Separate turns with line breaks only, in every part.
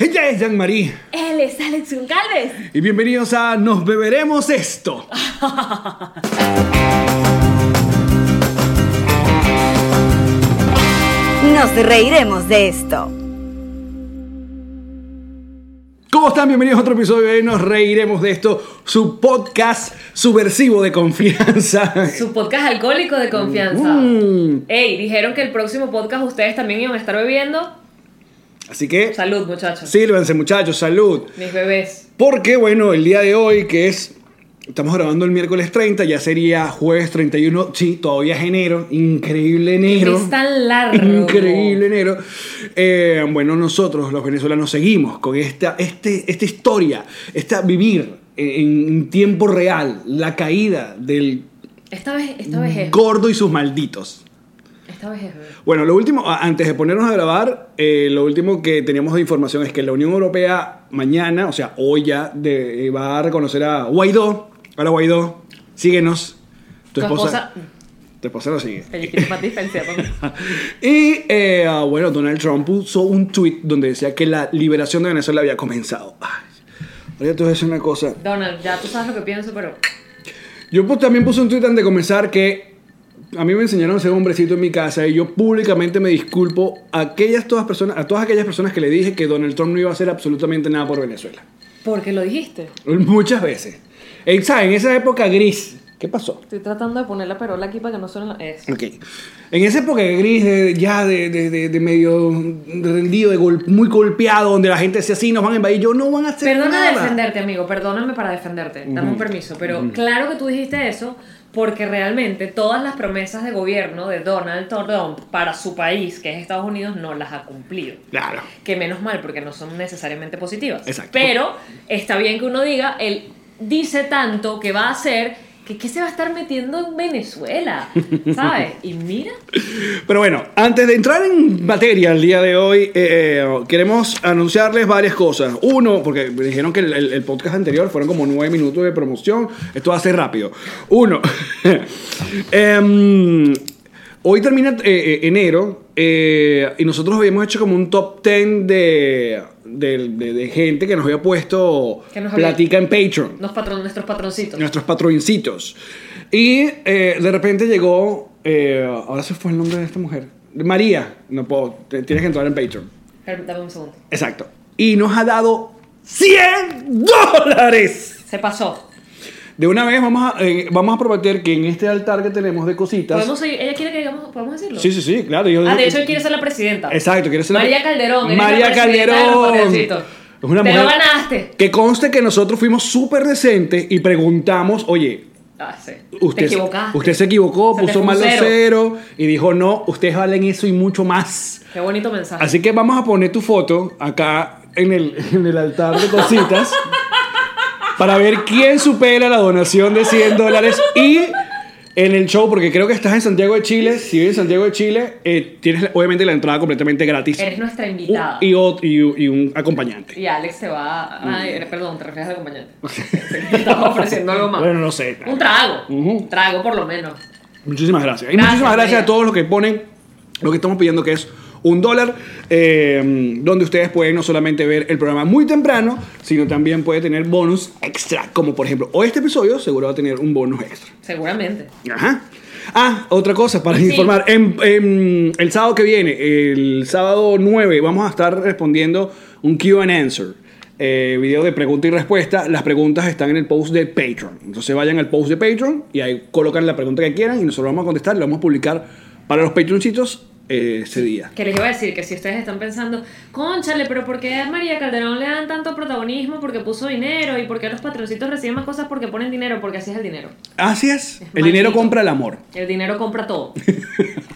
Ella es Jean-Marie.
Él es Alex Goncalves.
Y bienvenidos a Nos Beberemos Esto.
Nos reiremos de esto.
¿Cómo están? Bienvenidos a otro episodio de Nos Reiremos de Esto, su podcast subversivo de confianza.
Su podcast alcohólico de confianza.
Mm.
Ey, dijeron que el próximo podcast ustedes también iban a estar bebiendo.
Así que,
Salud, muchachos.
sírvanse muchachos, salud.
Mis bebés.
Porque bueno, el día de hoy que es... Estamos grabando el miércoles 30, ya sería jueves 31, sí, todavía es enero, increíble enero.
Es tan largo.
Increíble enero. Eh, bueno, nosotros los venezolanos seguimos con esta, este, esta historia, esta vivir en, en tiempo real la caída del
Esta vez, esta vez es.
gordo y sus malditos.
Esta vez es. bebé.
Bueno, lo último, a- antes de ponernos a grabar, eh, lo último que teníamos de información es que la Unión Europea mañana, o sea, hoy ya, de- eh, va a reconocer a Guaidó. Hola Guaidó, síguenos. Tu,
Tu
esposa,
esposa.
Tu esposa lo sigue.
Feliz para ti, felicidades para mí.
Y eh, ah, bueno, Donald Trump puso un tweet donde decía que la liberación de Venezuela había comenzado. Ay, ahorita te voy a decir una cosa.
Donald, ya tú sabes lo que pienso, pero.
Yo pu- también puse un tweet antes de comenzar que a mí me enseñaron a ser hombrecito en mi casa y yo públicamente me disculpo a aquellas todas personas, a todas aquellas personas que le dije que Donald Trump no iba a hacer absolutamente nada por Venezuela.
Porque lo dijiste.
Muchas veces. Eh, ¿sabes? En esa época gris. ¿Qué pasó?
Estoy tratando de poner la perola aquí para que no suene la. Eso.
Ok. En esa época gris, de- ya de, de- de- de medio rendido, de gol- muy golpeado, donde la gente decía así, nos van a invadir, yo no van a hacer
Perdona
nada.
defenderte, amigo, perdóname para defenderte. Dame un permiso, pero claro que tú dijiste eso porque realmente todas las promesas de gobierno de Donald Trump para su país, que es Estados Unidos, no las ha cumplido.
Claro.
Que menos mal, porque no son necesariamente positivas.
Exacto.
Pero está bien que uno diga, él dice tanto que va a hacer, que qué se va a estar metiendo en Venezuela, ¿sabes? Y mira,
Pero bueno, antes de entrar en materia el día de hoy, eh, eh, queremos anunciarles varias cosas. Uno, porque me dijeron que el, el- el podcast anterior fueron como nueve minutos de promoción. Esto va a ser rápido. Uno, em, hoy termina eh, eh, enero eh, y nosotros habíamos hecho como un top 10 de, de- de- de gente que nos había puesto
Que nos había-
platica en Patreon
nos patron- nuestros patroncitos.
nuestros patroncitos. Y eh, de repente llegó, eh, ahora se fue el nombre de esta mujer, María. No puedo, te- tienes que entrar en Patreon.
Espera, Dame un segundo.
Exacto. Y nos ha dado 100 dólares.
Se pasó.
De una vez vamos a, eh, vamos a prometer que en este altar que tenemos de cositas...
¿Podemos seguir? ¿Ella quiere que digamos, podemos decirlo?
Sí, sí, sí, claro. yo
Ah,
digo
de
que-
hecho, él quiere ser la presidenta.
Eh, Exacto, quiere ser la-
María Calderón. eres
María
la presidenta de los
Calderón.
patroncitos.
Es una
Te
mujer-
lo ganaste.
Que conste que nosotros fuimos súper decentes y preguntamos, oye,
Ah, sí.
Usted,
Te equivocaste.
usted se equivocó,
Se te
puso
fue un
mal los
cero.
cero y dijo, no, ustedes valen eso y mucho más.
Qué bonito mensaje.
Así que vamos a poner tu foto acá en el, en el altar de cositas para ver quién supera la donación de 100 dólares y en el show, porque creo que estás en Santiago de Chile, si vives en Santiago de Chile, eh, tienes obviamente la entrada completamente gratis.
Eres nuestra
U-
invitada.
y, Mm. ot- y- y un acompañante.
Y Alex se va. Ay, eh, perdón, te refieres al acompañante. Estamos ofreciendo algo más.
Bueno, no sé.
Un trago.
Ujú.
Un trago, por lo menos.
Muchísimas gracias. Y
Gracias,
muchísimas gracias
María.
a todos los que ponen lo que estamos pidiendo que es un dólar, eh, donde ustedes pueden no solamente ver el programa muy temprano, sino también puede tener bonus extra, como por ejemplo, hoy este episodio seguro va a tener un bonus extra.
Seguramente.
Ajá. Ah, otra cosa para
Sí.
informar. En- en el sábado que viene, el sábado 9, vamos a estar respondiendo un QA Answer. eh, video de pregunta y respuesta. Las preguntas están en el post de Patreon. Entonces vayan al post de Patreon y ahí colocan la pregunta que quieran y nosotros vamos a contestar y la vamos a publicar para los Patreoncitos eh, ese día.
Que les iba a decir que si ustedes están pensando, conchale, pero ¿por qué a María Calderón le dan tanto protagonismo? Porque puso dinero y porque los patroncitos reciben más cosas porque ponen dinero, porque así es el dinero.
Así es. El
maldito.
dinero compra el amor.
El dinero compra todo.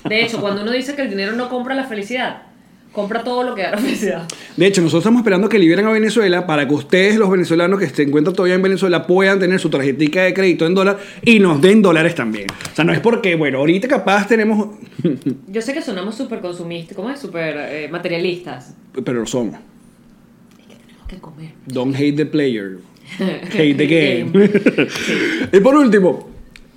De hecho, cuando uno dice que el dinero no compra la felicidad, compra todo lo que da la felicidad.
De hecho, nosotros estamos esperando que liberen a Venezuela para que ustedes, los venezolanos que se encuentran todavía en Venezuela, puedan tener su tarjetica de crédito en dólar y nos den dólares también. O sea, no es porque, bueno, ahorita capaz tenemos...
Yo sé que sonamos súper consumistas, ¿cómo es? Súper eh, materialistas.
Pero lo somos.
Tenemos que comer.
Don't hate the player. Hate the game. y por último,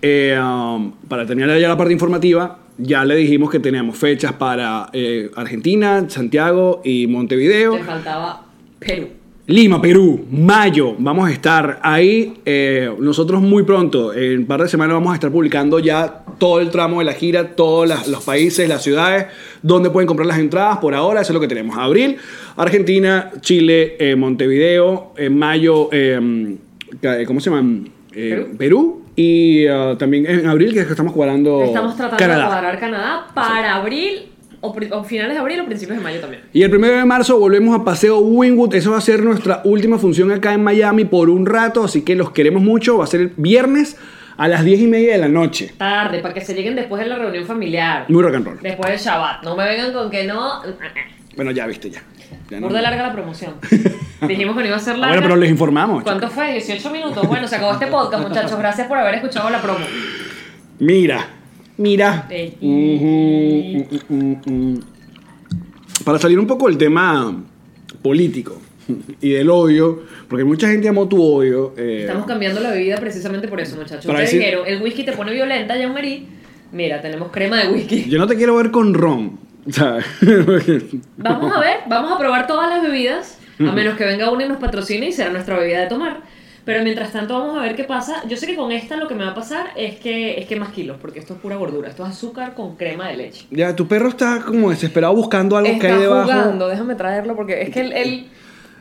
eh, um, para terminar ya la parte informativa, ya le dijimos que teníamos fechas para eh, Argentina, Santiago y Montevideo.
Te faltaba Perú.
Lima, Perú, mayo, vamos a estar ahí. eh, nosotros muy pronto, en un par de semanas, vamos a estar publicando ya todo el tramo de la gira, todos las- los países, las ciudades, donde pueden comprar las entradas. Por ahora, eso es lo que tenemos. Abril, Argentina, Chile, eh, Montevideo, en mayo, eh, ¿cómo se llaman? Eh, Perú. Y ah, también en abril, que es que estamos cuadrando
Estamos tratando
Oh, Canadá.
de cuadrar Canadá para abril, o, pri- o finales de abril o principios de mayo también.
Y el 1 de marzo volvemos a Paseo Winwood. Eso va a ser nuestra última función acá en Miami por un rato. Así que los queremos mucho. Va a ser el viernes a las 10 y media de la noche.
Tarde, para que se lleguen después de la reunión familiar.
Muy rock and roll.
Después del Shabbat. No me vengan con que no.
Bueno, ya viste, ya. Ya no-
Burda larga la promoción. Dijimos que no iba a ser
Ah,
larga.
bueno, pero les informamos.
¿Cuánto fue? 18 minutos. Bueno, se acabó este podcast, muchachos. Gracias por haber escuchado la promo. Eh,
Mira. Mira.
Ey.
Ujú, mm, mm, mm, mm. Para salir un poco del tema político y del odio, porque mucha gente amó tu odio. eh,
Estamos cambiando la bebida precisamente por eso, muchachos.
Para
Ustedes
decir-
dijeron, el whisky te pone violenta, Jean-Marie. Mira, tenemos crema de whisky.
yo no te quiero ver con ron. O sea,
Vamos a ver, vamos a probar todas las bebidas, a menos que venga una y nos patrocine y será nuestra bebida de tomar. Pero mientras tanto vamos a ver qué pasa. Yo sé que con esta lo que me va a pasar es que es que más kilos, porque esto es pura gordura, esto es azúcar con crema de leche.
Ya, tu perro está como desesperado buscando algo que
Está
hay debajo.
jugando, déjame traerlo porque es que él, él,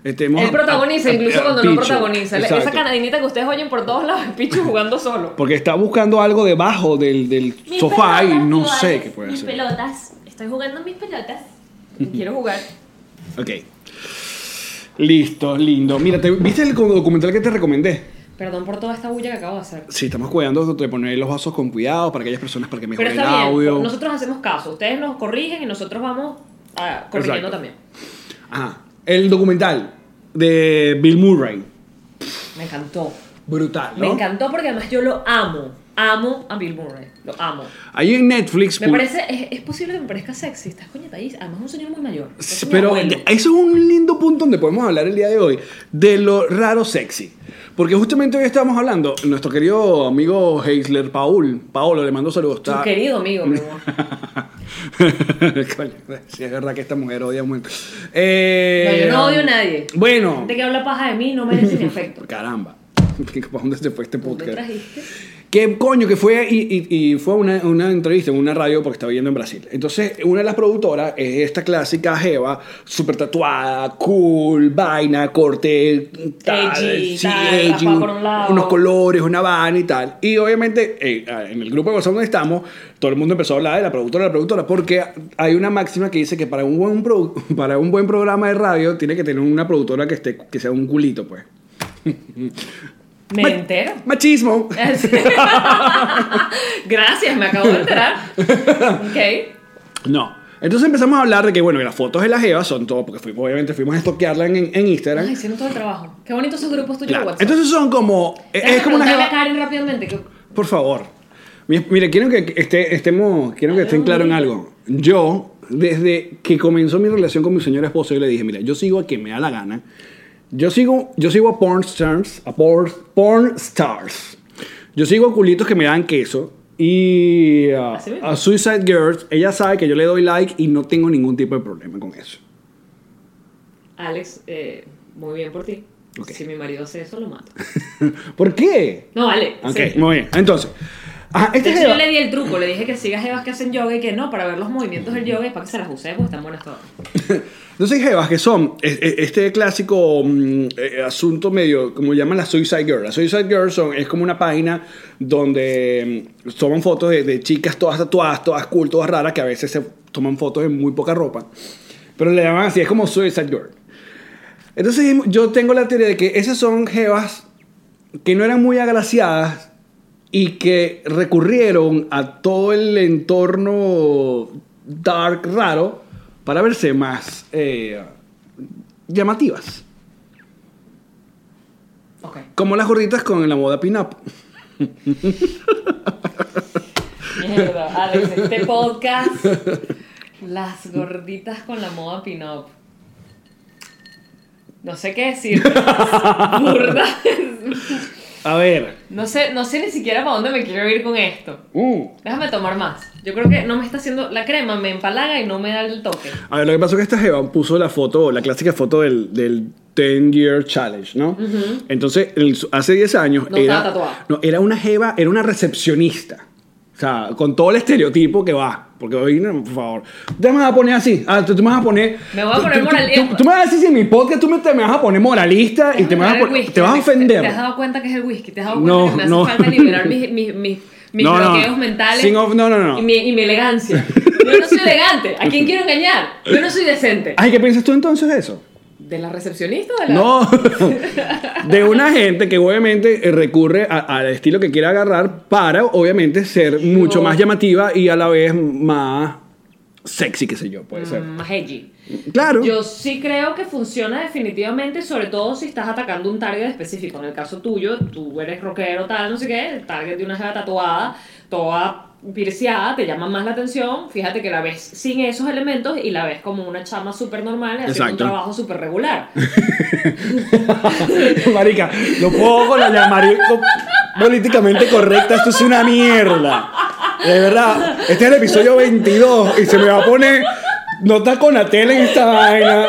Este, hemos-
él protagoniza,
a- a-
incluso
a-
cuando no
ah, Pichu,
protagoniza.
exacto.
Esa canadinita que ustedes oyen por todos lados, es Pichu jugando solo.
Porque está buscando algo debajo del, del
Mis
sofá y
pelotas,
no
Juárez,
sé qué puede
mis
hacer.
pelotas. Estoy jugando mis pelotas.
Quiero jugar.
Ok. Listo, lindo. Mira, ¿te, ¿viste el documental que te recomendé?
Perdón por toda esta bulla que acabo de hacer.
Sí, estamos cuidando de poner los vasos con cuidado para aquellas personas para que
Pero
mejoren el
está bien,
audio.
nosotros hacemos caso. Ustedes nos corrigen y nosotros vamos ah, corrigiendo
Exacto.
también.
Ajá. El documental de Bill Murray.
Me encantó.
Brutal,
Me
¿no?
encantó porque además yo lo amo. Amo a Bill Murray. Lo amo.
Ahí en Netflix.
Me
pu-
parece, es, es posible que me parezca sexy. Estás coñetadís. Además es un señor muy mayor. Es mi
Pero
abuelo.
ya- eso es un lindo punto donde podemos hablar el día de hoy de lo raro sexy. Porque justamente hoy estábamos hablando, nuestro querido amigo Heisler Paul, Paolo, le mando saludos.
Tu
está-
querido amigo, mi amor.
Coño, sí, es verdad que esta mujer odia mucho. Eh,
No, yo no odio a nadie.
Bueno,
Gente que habla paja de mí no merece mi afecto.
caramba. ¿Para dónde se fue este
¿Tú te
podcast?
trajiste?
Que coño, que fue y, y- y fue una, una entrevista en una radio porque estaba viendo en Brasil. Entonces, una de las productoras es esta clásica Jeva, súper tatuada, cool, vaina, corte, tal,
Edgy, tal, rapada por un lado.
unos colores, una vaina y tal. Y obviamente, eh, en el grupo de WhatsApp donde estamos, todo el mundo empezó a hablar de la productora, de la productora, porque hay una máxima que dice que para un buen, produ- para un buen programa de radio tiene que tener una productora que, esté, que sea un culito, pues.
Me
Ma-
entero.
Machismo.
Gracias, me acabo de enterar. Ok.
No. Entonces empezamos a hablar de que, bueno, que las fotos de las Jeva son todo, porque fuimos- obviamente fuimos a estoquearla en, en Instagram.
Ay, hicieron todo el trabajo. Qué bonitos esos grupos tuyos
Claro.
de WhatsApp.
Entonces son como. Es,
Déjame
es como una
preguntarle
Jeva.
a Karen rápidamente. que-
Por favor. Mi- Mira, quiero que esté- estemos, quiero que estén claros en algo. Yo, desde que comenzó mi relación con mi señora esposa, yo le dije, mira, yo sigo a quien me da la gana. Yo sigo, yo sigo a porn stars, a por- porn, stars. Yo sigo a culitos que me dan queso. Y a,
Así mismo.
a Suicide Girls, ella sabe que yo le doy like y no tengo ningún tipo de problema con eso.
Alex, eh, muy bien por ti.
Ok.
Si mi marido hace eso, lo mato.
¿Por qué?
No, Alex.
Ok,
sí.
muy bien. Entonces, ajá,
De
este
hecho,
jeva-
yo le di el truco, le dije que sigas jevas que hacen yoga y que no, para ver los movimientos del yoga y para que se las use, porque están buenas todas.
Entonces, jevas que son es- es- este clásico mm, eh, asunto medio, como llaman la Suicide Girl. La Suicide Girl son, es como una página donde mm, toman fotos de, de chicas todas tatuadas, todas cool, todas raras, que a veces se toman fotos en muy poca ropa. Pero le llaman así, es como Suicide Girl. Entonces, yo tengo la teoría de que esas son jevas que no eran muy agraciadas y que recurrieron a todo el entorno dark raro para verse más eh, llamativas.
Ok.
Como las gorditas con la moda pin-up.
Mierda, Alex, este podcast. Las gorditas con la moda pin-up. No sé qué decir. Burda.
A ver.
No sé, no sé ni siquiera para dónde me quiero ir con esto.
Mm.
Déjame tomar más. Yo creo que no me está haciendo. La crema me empalaga y no me da el toque.
A ver, lo que pasó es que esta Jeva puso la foto, la clásica foto del, del 10 Year Challenge, ¿no? Entonces, el- hace 10 años
No
era,
estaba tatuada.
no, era una jeva, era una recepcionista. O sea, con todo el estereotipo que va. Porque hoy, no, por favor. Tú me vas a poner así. Ah, tú, tú me vas a poner.
Me voy a
tú-
poner
tú- tú-
moralista.
Tú, tú me vas a decir si en mi podcast tú me, te me vas a poner moralista y te, me vas a
Liberar el
poner-
whisky,
te vas a
¿Te,
ofender.
has dado cuenta que es el whisky? ¿Te has dado cuenta
No,
que me hace
no.
falta liberar mis, mis, mis, mis
No, no.
bloqueos mentales?
Sin of- no, no, no.
Y mi, y mi elegancia. Yo no soy elegante. ¿A quién quiero engañar? Yo no soy decente.
Ay, ¿qué piensas tú entonces de eso?
¿De la recepcionista o de la.?
No, de una gente que obviamente eh, recurre a- al estilo que quiere agarrar para obviamente ser mucho más llamativa y a la vez más sexy, qué sé yo, puede ser.
Mm, Más edgy.
Claro.
Yo sí creo que funciona definitivamente, sobre todo si estás atacando un target específico. En el caso tuyo, tú eres rockero, tal, no sé qué, el target de una jeva tatuada, toda pirciada, te llama más la atención. Fíjate que la ves sin esos elementos y la ves como una chama súper normal haciendo un
Exacto.
trabajo súper regular.
Marica, lo puedo con la llamaría co- políticamente correcta, esto es una mierda. De verdad, este es el episodio 22 y se me va a poner nota con la tele en esta vaina.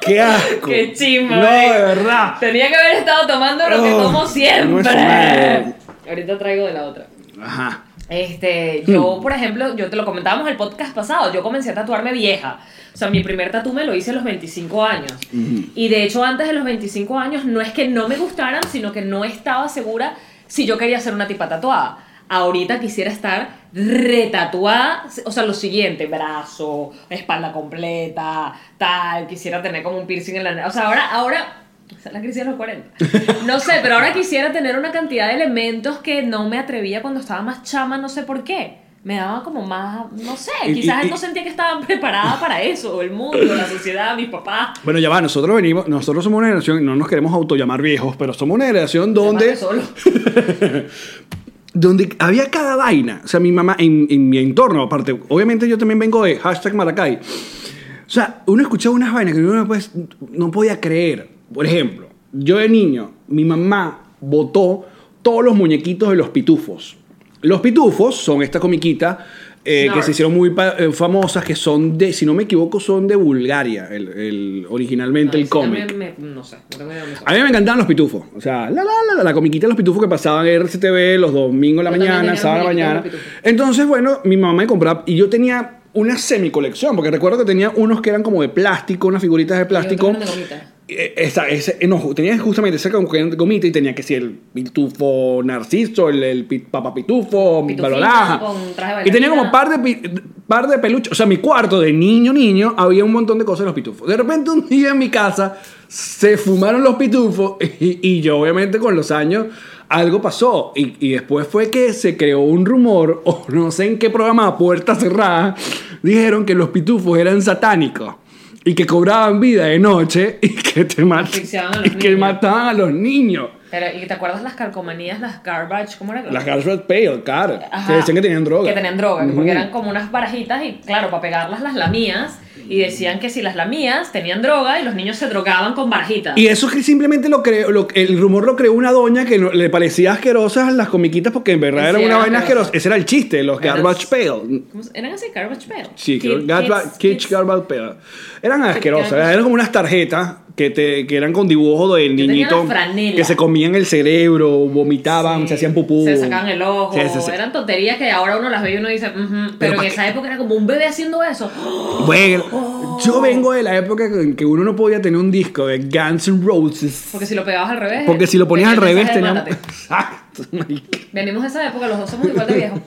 Qué asco.
¡Qué chimba!
No,
marico.
de verdad.
Tenía que haber estado tomando lo que
Oh,
tomo
no
siempre.
es mal.
Ahorita traigo de la otra.
Ajá.
Este, yo, por ejemplo, yo te lo comentábamos en el podcast pasado, yo comencé a tatuarme vieja. O sea, mi primer tatu me lo hice a los 25 años. Y de hecho, antes de los 25 años, no es que no me gustaran, sino que no estaba segura si yo quería ser una tipa tatuada. Ahorita quisiera estar retatuada, o sea, lo siguiente, brazo, espalda completa, tal, quisiera tener como un piercing en la... ne- O sea, ahora, ahora esa es la crisis de los 40. No sé, pero ahora quisiera tener una cantidad de elementos que no me atrevía cuando estaba más chama, no sé por qué. Me daba como más, no sé,
Y-
quizás
y-
no
y-
sentía que estaba preparada para eso, o el mundo, la sociedad, mis papás.
Bueno, ya va, nosotros venimos, nosotros somos una generación, no nos queremos autollamar viejos, pero somos una generación donde,
Además, Solo.
donde había cada vaina. O sea, mi mamá, en, en mi entorno, aparte, obviamente yo también vengo de hashtag Maracay. O sea, uno escuchaba unas vainas que uno no, pues, no podía creer. Por ejemplo, yo de niño, mi mamá votó todos los muñequitos de los pitufos. Los pitufos son esta comiquita eh, que
Snarf.
se hicieron muy pa- eh, famosas, que son de, si no me equivoco, son de Bulgaria, el, el- originalmente el
Sí, también
cómic.
me- no sé, no tengo idea de dónde son.
A mí me encantaban los pitufos. O sea, la, la, la, la, la comiquita de los pitufos que pasaban en RCTV los domingos en la
Yo también
mañana,
tenía
sábado en la
los
mañana.
muñequitos de los
Entonces, bueno, mi mamá me compraba y yo tenía una semicolección, porque recuerdo que tenía unos que eran como de plástico, unas figuritas de plástico.
eran de gomita.
Eh, Esa, ese, eh, no, ju- tenía justamente esa como que eran de gomita y tenía que si el pitufo narciso, el, el pi- papapitufo,
Pitufito
balolaja.
con traje de
Y tenía como
bailarina.
par de, pi- par de peluches. O sea, mi cuarto de niño, niño, había un montón de cosas de los pitufos. De repente un día en mi casa se fumaron los pitufos y, y yo obviamente con los años algo pasó. Y, y después fue que se creó un rumor, o no sé en qué programa, a puerta cerrada, dijeron que los pitufos eran satánicos. Y que cobraban vida de noche y que te mat-
Asfixiaban a los
y que
niños.
mataban a los niños.
Pero, ¿y te acuerdas las calcomanías, las garbage? ¿Cómo era?
Las Garfield Pale, claro.
Ajá.
Que decían que tenían droga.
Que tenían droga,
Ujú.
porque eran como unas barajitas y claro, para pegarlas las lamías y decían que si las lamías tenían droga y los niños se drogaban con barajitas.
Y eso es que simplemente lo creó, lo- el rumor lo creó una doña que no- le parecía asquerosas las comiquitas porque en verdad
Sí,
era una
era
vaina
asquerosa.
asquerosa. Ese era el chiste, de los
Eran-
garbage pail.
¿Cómo se- ¿Eran así? Garbage Pail.
Sí, creo-
Kid-
garba-
kids-
kids
kids-
garbage pail. Eran asquerosas,
garbage.
eran como unas tarjetas que, te, que eran con dibujos del
tenía
niñito
la franela.
que se comían el cerebro, vomitaban,
Sí,
se hacían pupú.
Se sacaban el ojo.
Sí, sí, sí.
Eran tonterías que ahora uno las ve y uno dice, "Ujú", pero,
Pero
en
¿pa'
esa época era como un bebé haciendo eso.
Bueno, yo vengo de la época en que uno no podía tener un disco de Guns N' Roses.
Porque si lo pegabas al revés.
Porque si lo ponías al
tenías
revés
mensaje de
teníamos...
mátate.
Exacto, marica.
Venimos de esa época, los dos somos igual de viejos.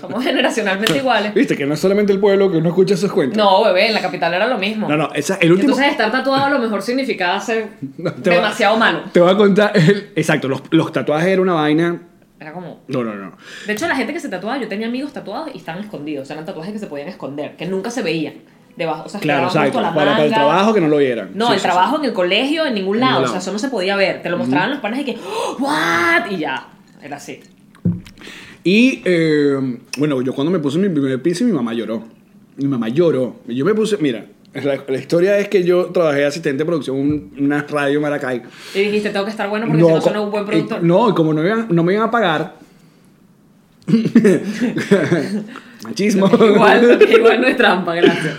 somos generacionalmente iguales.
Viste que no es solamente el pueblo que uno escucha esos cuentos.
No, bebé, en la capital era lo mismo.
No, no, esa- el último.
Entonces estar tatuado a lo mejor significaba ser
No, te va-
demasiado malo.
Te voy a contar. el- exacto, los, los tatuajes era una vaina.
Era como...
No, no, no.
De hecho, la gente que se tatuaba, yo tenía amigos tatuados y estaban escondidos. Eran tatuajes que se podían esconder, que nunca se veían. Debajo, o sea,
Claro,
quedaban
exacto.
junto a la
Para, para el
manga.
trabajo que no lo vieran.
No,
Sí,
el
sí,
trabajo en el colegio, en ningún lado.
ningún
O sea,
lado.
eso no se podía ver. Te lo mostraban los panas y que, "Oh, ¿what? Y ya. Era así.
sí. Y eh, bueno, yo cuando me puse mi primer piercing, mi mamá lloró. Mi mamá lloró. Y Yo me puse. Mira, la, la historia es que yo trabajé de asistente de producción en un- una radio en Maracay.
Y dijiste, tengo que estar bueno porque si no, soy
co-
un buen
eh,
productor.
no, y como no, iban- no me iban a pagar. Machismo.
Igual, igual no es trampa, gracias.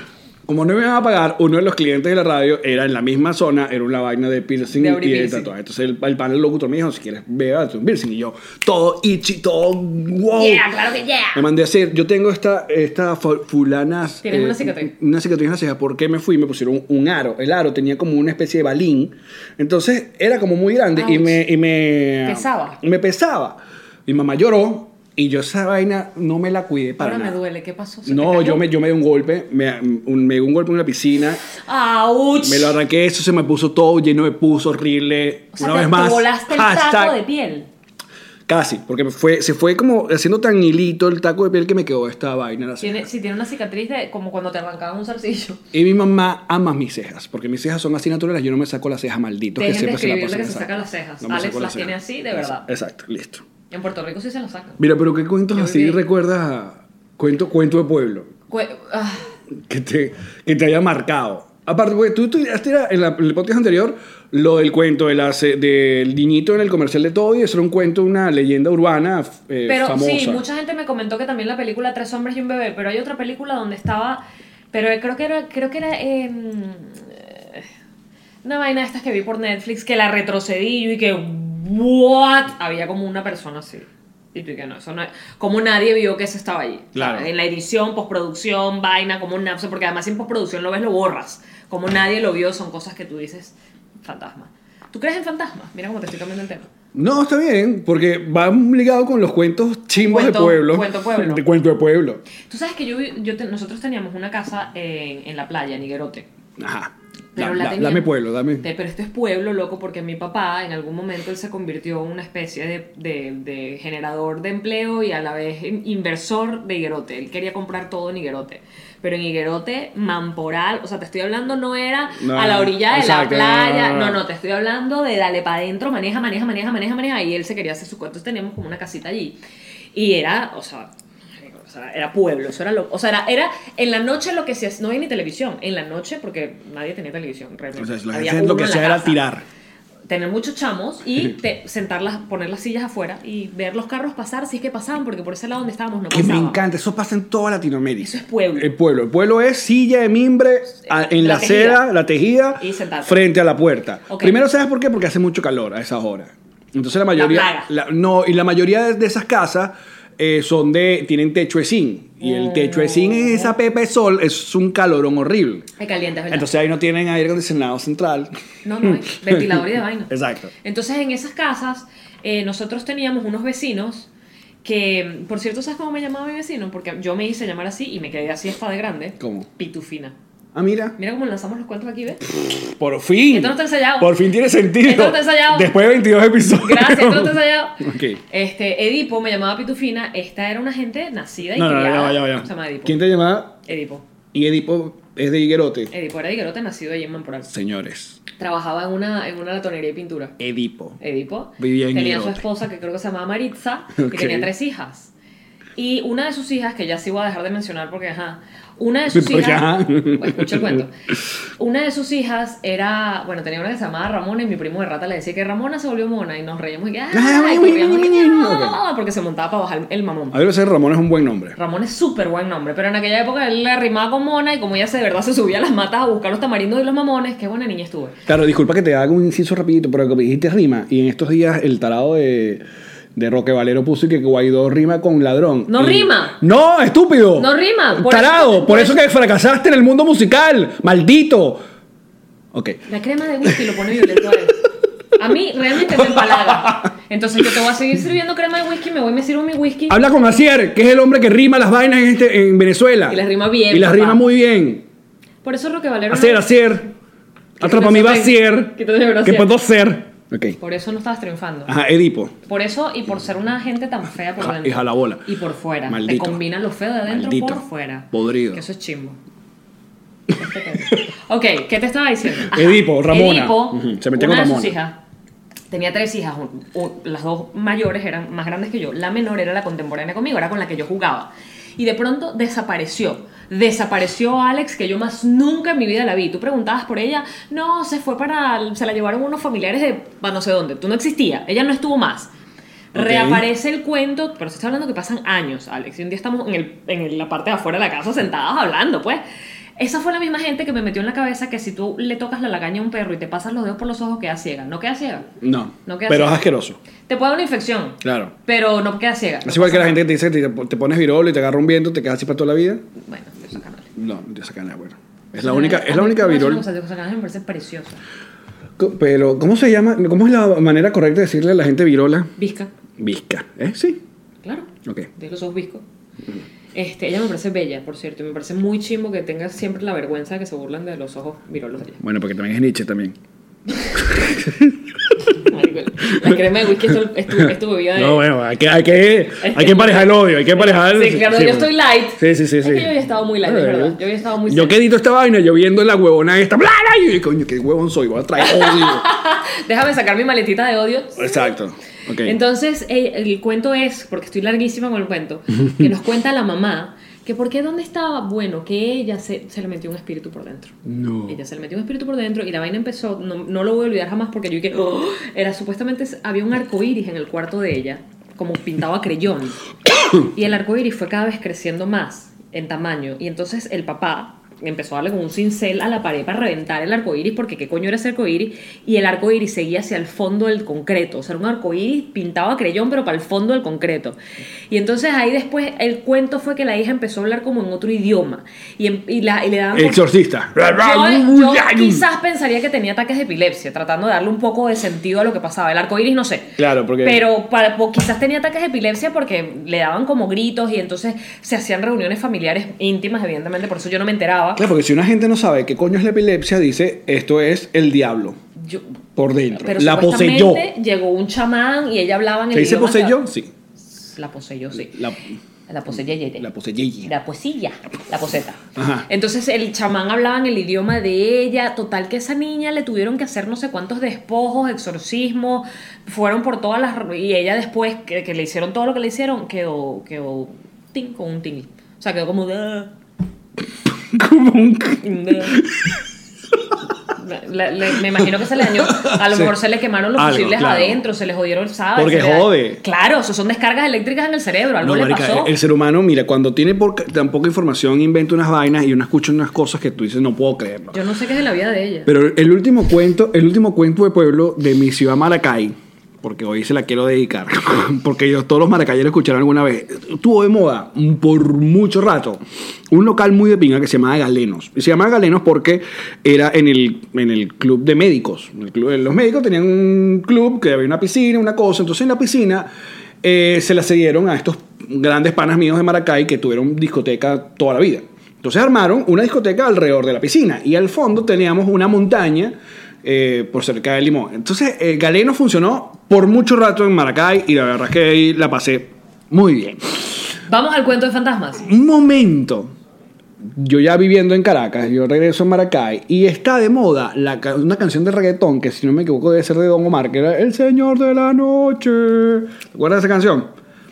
Como no me iban a pagar, uno de los clientes de la radio era en la misma zona, era una vaina de piercing
De
y de
abripiercing.
tatuaje. Entonces el, el panel locutor me dijo, si quieres, beba un piercing. Y yo, todo itchy, todo wow.
Yeah, claro que yeah.
Me mandé a hacer, yo tengo esta, esta fu- fulanas.
Tienes una cicatriz.
Una cicatriz en la ceja. ¿Por qué me fui? Me pusieron un, un aro. El aro tenía como una especie de balín. Entonces era como muy grande y
Ouch.
me, y me.
Pesaba.
Me pesaba. Mi mamá lloró y yo esa vaina no me la cuidé para
Ahora me
nada.
duele, ¿qué pasó? ¿Se te
No,
cayó?
yo me, yo me di un golpe, me, un- me di un golpe en una piscina,
¡Auch!
me lo arranqué, eso se me puso todo lleno de pus horrible.
O sea,
una
te-
vez
te
más,
volaste el taco de piel.
Casi, porque me fue, se fue como haciendo tan hilito el taco de piel que me quedó esta vaina. en la ceja.
Tiene, sí, tiene una cicatriz de como cuando te arrancaban un zarcillo.
Y mi mamá ama mis cejas, porque mis cejas son así naturales, yo no me saco las cejas malditos que
Dejen de
siempre se la
escribirle
pasan
que se
sacando.
saca las cejas.
me
Alex
saco
las tiene
cejas.
así, de verdad.
Exacto, listo.
En Puerto Rico sí se lo sacan.
Mira, pero ¿qué cuentos
Yo
así
viví-
recuerdas? a- Cuento, cuento de pueblo.
Cue- ah,
que te, que te haya marcado. Aparte, porque tú, tú tiraste la- en, la- en el podcast anterior lo del cuento de la ce- del niñito en el comercial de todo y eso era un cuento, una leyenda urbana f- eh,
pero
famosa.
sí, mucha gente me comentó que también la película Tres hombres y un bebé, pero hay otra película donde estaba, pero creo que era, creo que era eh, una vaina de estas que vi por Netflix que la retrocedí yo y que what había como una persona así. Y tú y que no, eso no es- como nadie vio que eso estaba allí.
Claro.
O sea, En la edición, postproducción, vaina, como un napso, porque además en postproducción lo ves, lo borras. Como nadie lo vio, son cosas que tú dices, fantasma. ¿Tú crees en fantasmas? Mira cómo te estoy cambiando el tema.
No, está bien, porque va ligado con los cuentos chimbos de
Cuento-
pueblo.
cuento pueblo.
De cuento de pueblo.
Tú sabes que yo, vi- yo te- nosotros teníamos una casa en, en la playa, en Higuerote.
Ajá.
Pero
Da-
la
da-
teníamos-
dame pueblo, dame.
Te- pero esto es pueblo, loco, porque mi papá en algún momento él se convirtió en una especie de, de- de generador de empleo y a la vez in- inversor de Higuerote. Él quería comprar todo en Higuerote. Pero en Higuerote, Mamporal, o sea, te estoy hablando no era
No,
a la orilla de
exacto,
la playa,
no,
no,
no,
no,
no.
te estoy hablando de dale para adentro, maneja, maneja, maneja, maneja, maneja. Y él se quería hacer su cuento, Entonces teníamos como una casita allí. Y era, o sea, o sea, era pueblo, eso era lo, o sea, era, era en la noche lo que se hacía, no había ni televisión, en la noche porque nadie tenía televisión realmente.
O sea, la
Había
gente lo
uno
que
en la
sea era
casa.
tirar.
Tener muchos chamos y te- sentarlas, poner las sillas afuera y ver los carros pasar si es que pasaban, porque por ese lado donde estábamos no
Que me
pasaba.
encanta, Eh, eso pasa en toda Latinoamérica.
Eso es pueblo.
El pueblo. El pueblo es silla de mimbre a- en la,
La tejida.
acera, la tejida,
Y sentarte.
frente a la puerta.
Ok.
Primero, ¿sabes por qué? Porque hace mucho calor a esas horas. Entonces la mayoría.
plaga.
la- no, y la mayoría de, de esas casas eh, son de. tienen techo de zinc. Y
Oh,
el techo de zinc en esa pepa de sol es un calorón horrible.
Ay, caliente, es ¿verdad?
Entonces ahí no tienen aire acondicionado central.
No, no, hay ventilador y de vaina.
Exacto.
Entonces, en esas casas, eh, nosotros teníamos unos vecinos que, por cierto, ¿sabes cómo me llamaba mi vecino? Porque yo me hice llamar así y me quedé así hasta de grande.
¿Cómo?
Pitufina.
Ah, mira.
Mira cómo lanzamos los cuentos aquí, ¿ves?
Por fin.
Esto no está ensayado.
Por fin tiene sentido.
Esto no está ensayado.
Después de 22 episodios.
Gracias, esto no está ensayado.
Ok.
Este, Edipo me llamaba Pitufina. Esta era una gente nacida y
No, no, no,
criada.
ya va, ya va, ya va.
Se llama Edipo.
¿Quién te llamaba?
Edipo.
Y Edipo es de Higuerote.
Edipo era higuerote, nacido allí en Mamporal.
Señores,
Trabajaba en una, en una latonería y pintura.
Edipo.
Edipo
Vivía en
tenía
Higuerote.
su esposa que creo que se llamaba Maritza
Ok.
y tenía tres hijas. Y una de sus hijas, que ya sí voy a dejar de mencionar porque ajá, una de sus
Porque,
hijas,
ajá.
Bueno, escucha el cuento. Una de sus hijas era, bueno, tenía una que se llamaba Ramona y mi primo de rata le decía que Ramona se volvió mona y nos reíamos y que,
Ay,
ay, corríamos y que,
ok.
"No", porque se montaba para bajar el mamón.
A ver, ese Ramón es un buen nombre.
Ramón es súper buen nombre, pero en aquella época él le rimaba con Mona y como ella se de verdad se subía a las matas a buscar los tamarindos y los mamones, qué buena niña estuve.
Claro, disculpa que te haga un inciso rapidito, pero que dijiste rima. Y en estos días el tarado de, de Roque Valero puso que Guaidó rima con ladrón.
No
Y-
rima.
¡No, estúpido!
No rima. Por
tarado,
eso-
por eso que fracasaste en el mundo musical. ¡Maldito! Ok.
La crema de whisky lo pone violento a él. A mí realmente me empalaga. Entonces yo te voy a seguir sirviendo crema de whisky, me voy a me sirvo mi whisky.
Habla con Asier, que es el hombre que rima las vainas en, este, en Venezuela.
Y las rima bien,
Y las
papá.
rima muy bien.
Por eso Roque Valero. no-
Hacer, hacer. Atrapa mi
Quítate ese-
vacier.
quítate ese brasier.
Que puedo ser. Ok.
Por eso no estabas triunfando.
Ajá, Edipo.
Por eso y por ser una gente tan fea por
Ja-
dentro.
y jalabola.
Y por fuera.
Maldito.
Te combinan lo feo de adentro
Maldito.
por fuera.
Podrido.
Que eso es chimbo. ok, ¿qué te estaba diciendo?
Edipo, Ramona.
Edipo,
Ujú, se metió
una
con
de
Ramona.
sus hijas, tenía tres hijas. un- un- las dos mayores eran más grandes que yo. La menor era la contemporánea conmigo, era con la que yo jugaba. Y de pronto desapareció. Desapareció Alex, que yo más nunca en mi vida la vi. Tú preguntabas por ella, no, se fue para. Se la llevaron unos familiares de pa' no sé dónde. Tú no existía, ella no estuvo más.
Ok.
Reaparece el cuento, pero se está hablando que pasan años, Alex. Y un día estamos en, el- en el- la parte de afuera de la casa sentados hablando, pues. Esa fue la misma gente que me metió en la cabeza que si tú le tocas la lagaña a un perro y te pasas los dedos por los ojos, queda ciega. No queda ciega.
No.
No queda
pero es
así.
asqueroso.
Te puede dar una infección.
Claro.
Pero no queda ciega.
Es igual que la gente que te dice que te, te pones virolo y te agarra un viento, te quedas así para toda la vida.
Bueno, Dios sacanal.
No, te sacan la buena. Es la única, es la única
A mí,
virol.
no, o sea, Dios sacanal me parece preciosa.
Co- Pero, ¿cómo se llama? ¿Cómo es la manera correcta de decirle a la gente virola?
Visca.
Visca, ¿eh? Sí.
Claro.
Ok.
De los ojos viscos. Este, ella me parece bella, por cierto, y me parece muy chimbo que tenga siempre la vergüenza de que se burlan de los ojos virolos de ella.
Bueno, porque también es Nietzsche también.
Marico, La crema de whisky es tu, es tu, es tu bebida de...
No, bueno, hay que, hay que, hay que emparejar el odio, hay que emparejar.
Sí, claro, yo estoy light.
Sí, sí, sí.
Es
sí.
que yo había estado muy light, es
Eh,
verdad. Yo había estado muy
Yo
seria.
que edito esta vaina, yo viendo la huevona esta. Bla, bla, y yo, coño, qué huevón soy, voy a traer odio.
Déjame sacar mi maletita de odio.
Exacto. Ok.
Entonces, eh, el cuento es, porque estoy larguísima con el cuento, que nos cuenta la mamá que por qué dónde estaba, bueno, que ella se, se le metió un espíritu por dentro.
no.
Ella se le metió un espíritu por dentro y la vaina empezó, no, no lo voy a olvidar jamás porque yo dije, "Oh", era supuestamente había un arco iris en el cuarto de ella, como pintaba creyón. y el arco iris fue cada vez creciendo más en tamaño. Y entonces el papá empezó a darle con un cincel a la pared para reventar el arco iris porque qué coño era ese arco iris. Y el arco iris seguía hacia el fondo del concreto. O sea, era un arco iris pintado a creyón, pero para el fondo del concreto. Y entonces ahí después el cuento fue que la hija empezó a hablar como en otro idioma. Y, en- y la, y le daban por-
Exorcista.
yo, yo quizás pensaría que tenía ataques de epilepsia, tratando de darle un poco de sentido a lo que pasaba. El arco iris, no sé.
Claro, porque-
Pero para- po- quizás tenía ataques de epilepsia porque le daban como gritos y entonces se hacían reuniones familiares íntimas, evidentemente, por eso yo no me enteraba.
Claro, porque si una gente no sabe qué coño es la epilepsia, dice esto es el diablo
Yo-
por dentro.
pero
la
supuestamente
poseyó.
llegó un chamán y ella hablaba en el
¿Se dice
idioma que-
poseyó? Sí.
La poseyó, sí.
La,
La poseyó. yeye.
la poseyó.
La posilla, la poseta.
Ajá.
Entonces el chamán hablaba en el idioma de ella. Total que esa niña le tuvieron que hacer no sé cuántos despojos, exorcismos. Fueron por todas las... Y ella después que, que le hicieron todo lo que le hicieron, quedó, quedó tin, con un tingui. O sea, quedó como... "Ah,
Como un...
ah". La- le- me imagino que se le dañó. A lo
Sí.
mejor se le quemaron los
Algo,
fusibles
claro.
adentro, se le jodieron, ¿sabes?
Porque
Se le-
jode.
Claro, eso son descargas eléctricas en el cerebro. Algo
No,
le
marica, e-,
pasó.
el ser humano, mira, cuando tiene por, tan poca información, inventa unas vainas y uno escucha unas cosas que tú dices, no puedo creerlo.
Yo no sé qué es de la vida de ella.
Pero el último cuento, el último cuento de pueblo de mi ciudad Maracay, porque hoy se la quiero dedicar, porque yo, todos los maracayeros escucharon alguna vez, tuvo de moda mm, por mucho rato un local muy de pinga que se llamaba Galenos. Y se llamaba Galenos porque era en el, en el club de médicos. El club- los médicos tenían un club que había una piscina, una cosa. Entonces en la piscina eh, se la cedieron a estos grandes panas míos de Maracay que tuvieron discoteca toda la vida. Entonces armaron una discoteca alrededor de la piscina y al fondo teníamos una montaña eh, por cerca de Limón. Entonces el Galeno funcionó por mucho rato en Maracay y la verdad es que ahí la pasé muy bien.
Vamos al cuento de fantasmas.
Un momento, yo ya viviendo en Caracas, yo regreso a Maracay y está de moda la ca- una canción de reggaetón que si no me equivoco debe ser de Don Omar, que era El Señor de la Noche. ¿Te acuerdas de esa canción?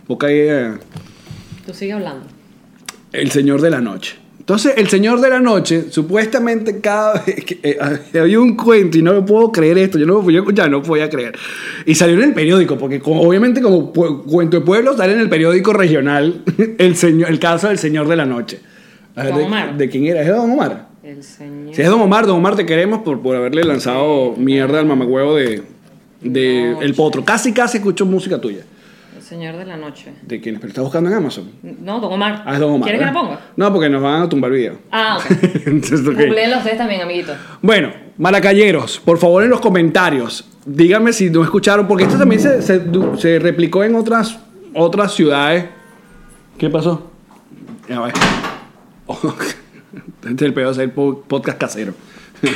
Porque ahí... eh,
Tú sigue hablando.
el Señor de la Noche. Entonces, el Señor de la Noche, supuestamente cada vez que eh, había un cuento, y no lo puedo creer esto, yo no lo podía escuchar, no podía creer. Y salió en el periódico, porque como- obviamente como pue- cuento de pueblo sale en el periódico regional el, señor, el caso del Señor de la Noche. A ver,
Don
de-
Omar.
¿De, quién era? ¿Es de Don Omar?
El señor.
Si es Don Omar, Don Omar te queremos por, por haberle lanzado mierda al mamagüevo de, de
No,
El Potro. Casi, casi escucho música tuya.
El señor de la noche.
¿De quién? Pero estás buscando en Amazon.
No, Don Omar.
Ah, es Don Omar.
¿Quieres que la
¿verdad?
ponga?
No, porque nos van a tumbar el video.
Ah, ok.
Entonces, ok.
Googleenlo ustedes también, amiguitos.
Bueno, maracayeros, por favor en los comentarios, díganme si no escucharon, porque esto también se, se du- se replicó en otras, otras ciudades. ¿Qué pasó? Ya va. Oh, este es el peor de hacer po- podcast casero.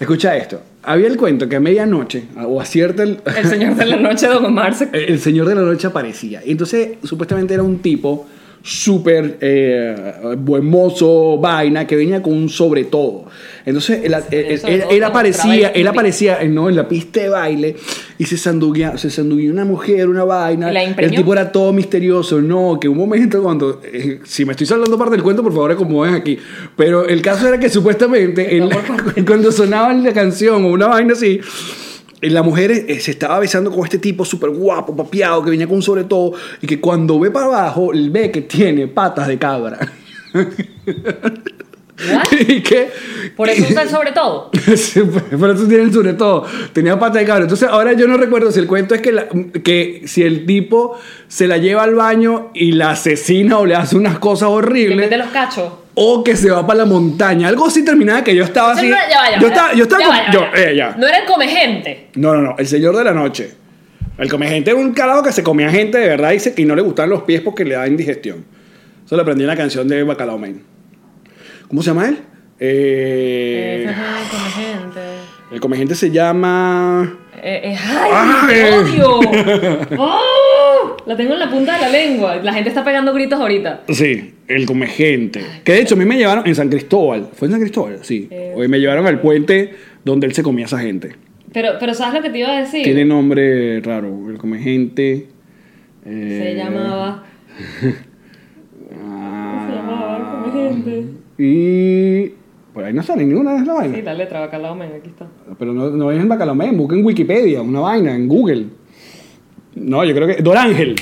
Escucha esto. Había el cuento que a medianoche, o a cierta...
El señor de la noche, Don Omar. se-
El el señor de la noche aparecía. Y entonces, supuestamente era un tipo súper eh, buen mozo, vaina, que venía con un sobre todo. Entonces, él, él- él-
sobre
él-
todo
él
lo
aparecía,
mostraba ahí.
él aparecía eh, ¿no? en la pista de baile y se sanduguea, se sanduguea una mujer, una vaina.
¿Y la impregnó?
el tipo era todo misterioso. No, que un momento cuando... eh, si me estoy saltando parte del cuento, por favor, acomoden aquí. Pero el caso era que supuestamente, él- cuando sonaba la canción o una vaina así... Eh, La mujer eh, se estaba besando con este tipo súper guapo, papiado, que venía con un sobre todo, y que cuando ve para abajo, él ve que tiene patas de cabra.
¿What?
¿Y qué?
Por eso usa el sobre todo.
Sí, Por eso tienen sobre todo. Tenía pata de cabra. Entonces, ahora yo no recuerdo si el cuento es que, la- que si el tipo se la lleva al baño y la asesina o le hace unas cosas
Le mete
horribles.
los cachos.
O que se va para la montaña. Algo así terminaba que yo estaba
Eso
así.
no era- ya va, ya va,
Ah, yo estaba, yo
ya
estaba
va,
con-
ya va,
yo-
ya va.
eh, ya.
No era el come gente.
No, no, no. El señor de la noche. El come gente era un carajo que se comía gente de verdad y, se- y no le gustaban los pies porque le da indigestión. Eso lo aprendí en la canción de Bacalao Man. ¿Cómo se llama él? Eh,
el come gente.
el come gente se llama.
Eh, eh, ¡Ay,
¡Ay!
te odio! ¡Oh! La tengo en la punta de la lengua. La gente está pegando gritos ahorita.
Sí, el come gente. Que de hecho a mí me llevaron en San Cristóbal. ¿Fue en San Cristóbal? Sí.
Eh.
Hoy me llevaron al puente donde él se comía a esa gente.
Pero, pero ¿sabes lo que te iba a decir?
Tiene nombre raro. El come gente.
Se
eh,
llamaba...
ah,
Se llamaba el come gente.
Y por ahí no sale ninguna de las vainas.
Sí, la letra, bacalao, men, aquí está.
Pero no, no es en Bacalomé, busquen en Wikipedia, una vaina, en Google. No, yo creo que. Dorángel.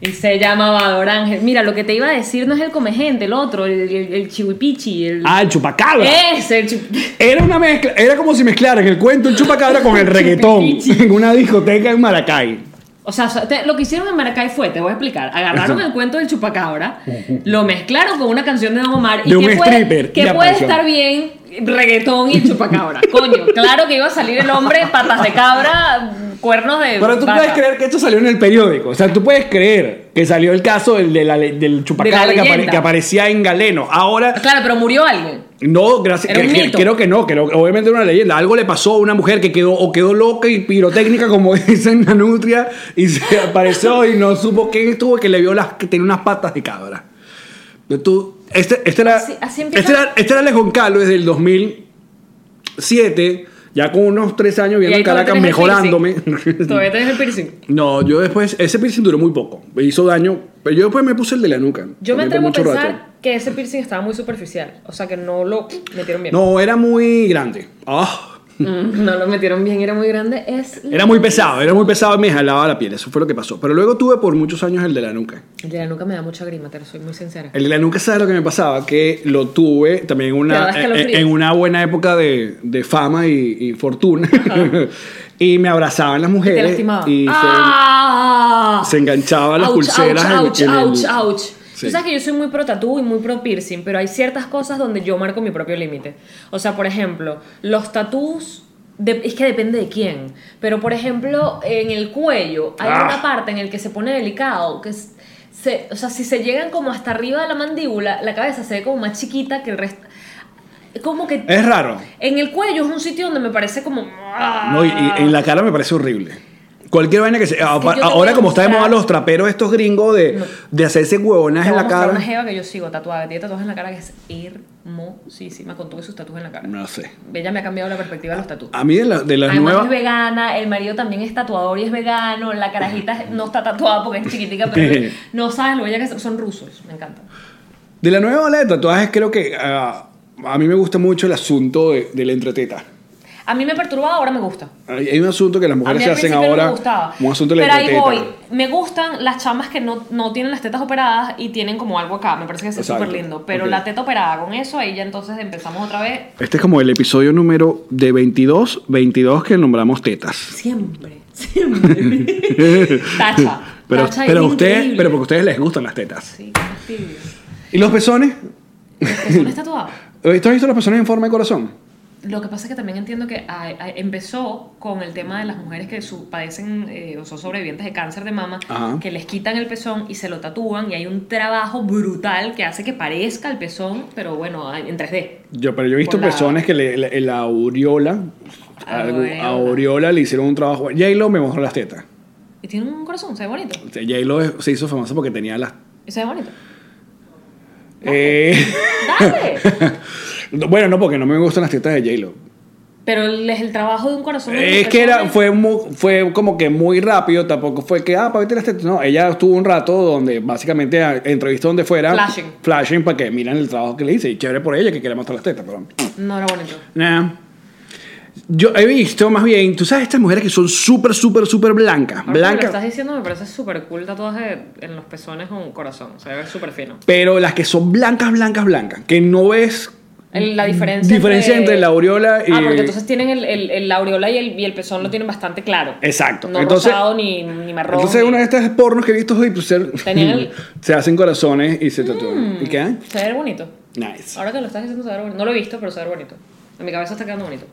Y se llamaba Dorángel. Mira, lo que te iba a decir no es el come gente, el otro, el, el, el chihuipichi, el...
Ah, el chupacabra.
¡Ese! El chup-
Era una mezcla, era como si mezclaran el cuento el chupacabra con el reggaetón
Chupipichi.
en una discoteca en Maracay.
O sea, so- te- lo que hicieron en Maracay fue, te voy a explicar, agarraron el cuento del chupacabra, lo mezclaron con una canción de Don Omar
De
que
un
puede,
stripper,
que
ya
puede
apareció.
estar bien reggaetón y chupacabra. Coño, claro que iba a salir el hombre patas de cabra, cuernos de
Pero tú
vaca.
puedes creer que esto salió en el periódico. O sea, tú puedes creer que salió el caso del, de la le- del chupacabra que, apare-
leyenda.
que aparecía en Galeno. Ahora,
Claro, pero murió alguien.
no, gracias.
Era
que-
un
que-
mito.
Creo que no, que no- obviamente era una leyenda. Algo le pasó a una mujer que quedó o quedó loca y pirotécnica, como dicen la nutria, y se apareció y no supo quién estuvo que le vio las que tenía unas patas de cabra. Pero Tú, este, este era,
Así- así empieza-
este era, este era Alejón Calo desde el 2007, ya con unos tres años viendo
ahí todavía
Caracas
tenés el
mejorándome.
Todavía tenés el piercing.
No, yo después, ese piercing duró muy poco, me hizo daño, pero yo después me puse el de la nuca.
Yo me
también por
atrevo a
mucho
pensar
rato.
que ese piercing estaba muy superficial, o sea que no lo metieron bien.
No, era muy grande. Ah.
Mm, no lo metieron bien, era muy grande. Es
Era muy pesado, era muy pesado y me jalaba la piel, eso fue lo que pasó. Pero luego tuve por muchos años el de la nuca.
El de la nuca me da mucha grima, te lo soy muy sincera.
El de la nuca, ¿sabes lo que me pasaba? Que lo tuve también en
Te
una,
daba escalofríos.
en una buena época de, de fama y, y fortuna. y me abrazaban las
Te
mujeres
lastimaba.
y se,
¡Ah!
se enganchaban las
Ouch,
pulseras. en-
Ouch,
en el-
ouch, ouch.
Sí.
Tú sabes que yo soy muy pro tatú y muy pro piercing, pero hay ciertas cosas donde yo marco mi propio límite. O sea, por ejemplo, los tatús. de- es que depende de quién. Pero, por ejemplo, en el cuello hay
Ah.
una parte en el que se pone delicado, que es- se, o sea, si se llegan como hasta arriba de la mandíbula, la cabeza se ve como más chiquita que el resto. Como que
Es raro.
en el cuello es un sitio donde me parece como...
No, y, y en la cara me parece horrible. Cualquier vaina que se...
Ah. yo te voy a
ahora como está de moda
mostrar-
los traperos estos gringos de, de hacerse huevonas
Te
en
voy a
la
mostrar Una
cara.
jeva que yo sigo tatuada, que tiene tatuajes en la cara que es hermosísima con todos sus tatuajes en la cara.
No sé.
Ella me ha cambiado la perspectiva de los tatuajes.
A mí de, Ah, la- de las
Además
nuevas...
es vegana, el marido también es tatuador y es vegano, la carajita no está tatuada porque es chiquitica, pero no sabes lo bella que son, son rusos, me encanta.
De la nueva ola de tatuajes, creo que ah, a mí me gusta mucho el asunto de, de la entreteta.
A mí me perturbaba, ahora me gusta.
Hay hay un asunto que las
A mí
mujeres se
al
hacen
principio no
ahora.
me gustaba.
un asunto de la
Pero ahí
entreteta.
voy. Me gustan las chamas que no, no tienen las tetas operadas y tienen como algo acá. Me parece que eso es
Exacto.
súper lindo. Pero
Ok.
la teta operada con eso, ahí ya entonces empezamos otra vez.
Este es como el episodio número de 22, 22 que nombramos tetas.
Siempre, siempre. Tacha.
Pero,
Tacha
pero, a
es
ustedes,
increíble.
pero porque a ustedes les gustan las tetas.
Sí, qué fastidio.
¿Y los pezones?
Los pezones tatuados.
¿Tú has visto los pezones en forma de corazón?
Lo que pasa es que también entiendo que ay, ay, empezó con el tema de las mujeres que su- padecen eh, o son sobrevivientes de cáncer de mama,
Ajá.
que les quitan el pezón y se lo tatúan y hay un trabajo brutal que hace que parezca el pezón, pero bueno, en 3D.
Yo, pero yo he visto
Por la- Ah,
personas que le, la, la aureola, algo-
Aureola.
aureola le hicieron un trabajo. J-Lo me mostró las tetas.
Y tiene un corazón, se ve bonito.
O sea, J-Lo es- se hizo famosa porque tenía las...
Y se ve bonito.
Eh,
¡Dale!
No, Bueno, no, porque no me gustan las tetas de J-Lo.
pero el, el trabajo de un corazón. de una
Es que era,
persona-
fue, mu- fue como que muy rápido, tampoco fue que, ah, para verte las tetas. No, ella estuvo un rato donde básicamente a- entrevistó donde fuera.
Flashing.
Flashing para que miran el trabajo que le hice. Y chévere por ella que quiere mostrar las tetas, pero...
No era bonito.
Nah. Yo he visto más bien, tú sabes estas mujeres que son súper, súper, súper blancas.
Ahora que me Ah, lo
Blancas.
estás diciendo me parece súper cool tatuaje en los pezones con un corazón. Se ve súper fino.
Pero las que son blancas, blancas, blancas, que no ves
el- la diferencia.
Diferencia entre la aureola y-
Ah, porque entonces tienen el, el- el- la aureola y el, y el pezón lo tienen bastante claro.
Exacto.
No
Entonces-
rosado ni, ni marrón.
Entonces,
ni-
una de estas pornos que he visto hoy, pues, se,
Tenían el-
se hacen corazones y se tatúan.
Mm.
¿Y qué?
Se ve bonito.
Nice.
Ahora que lo estás diciendo se ve bonito. No lo he visto, pero se ve bonito. En mi cabeza está quedando bonito.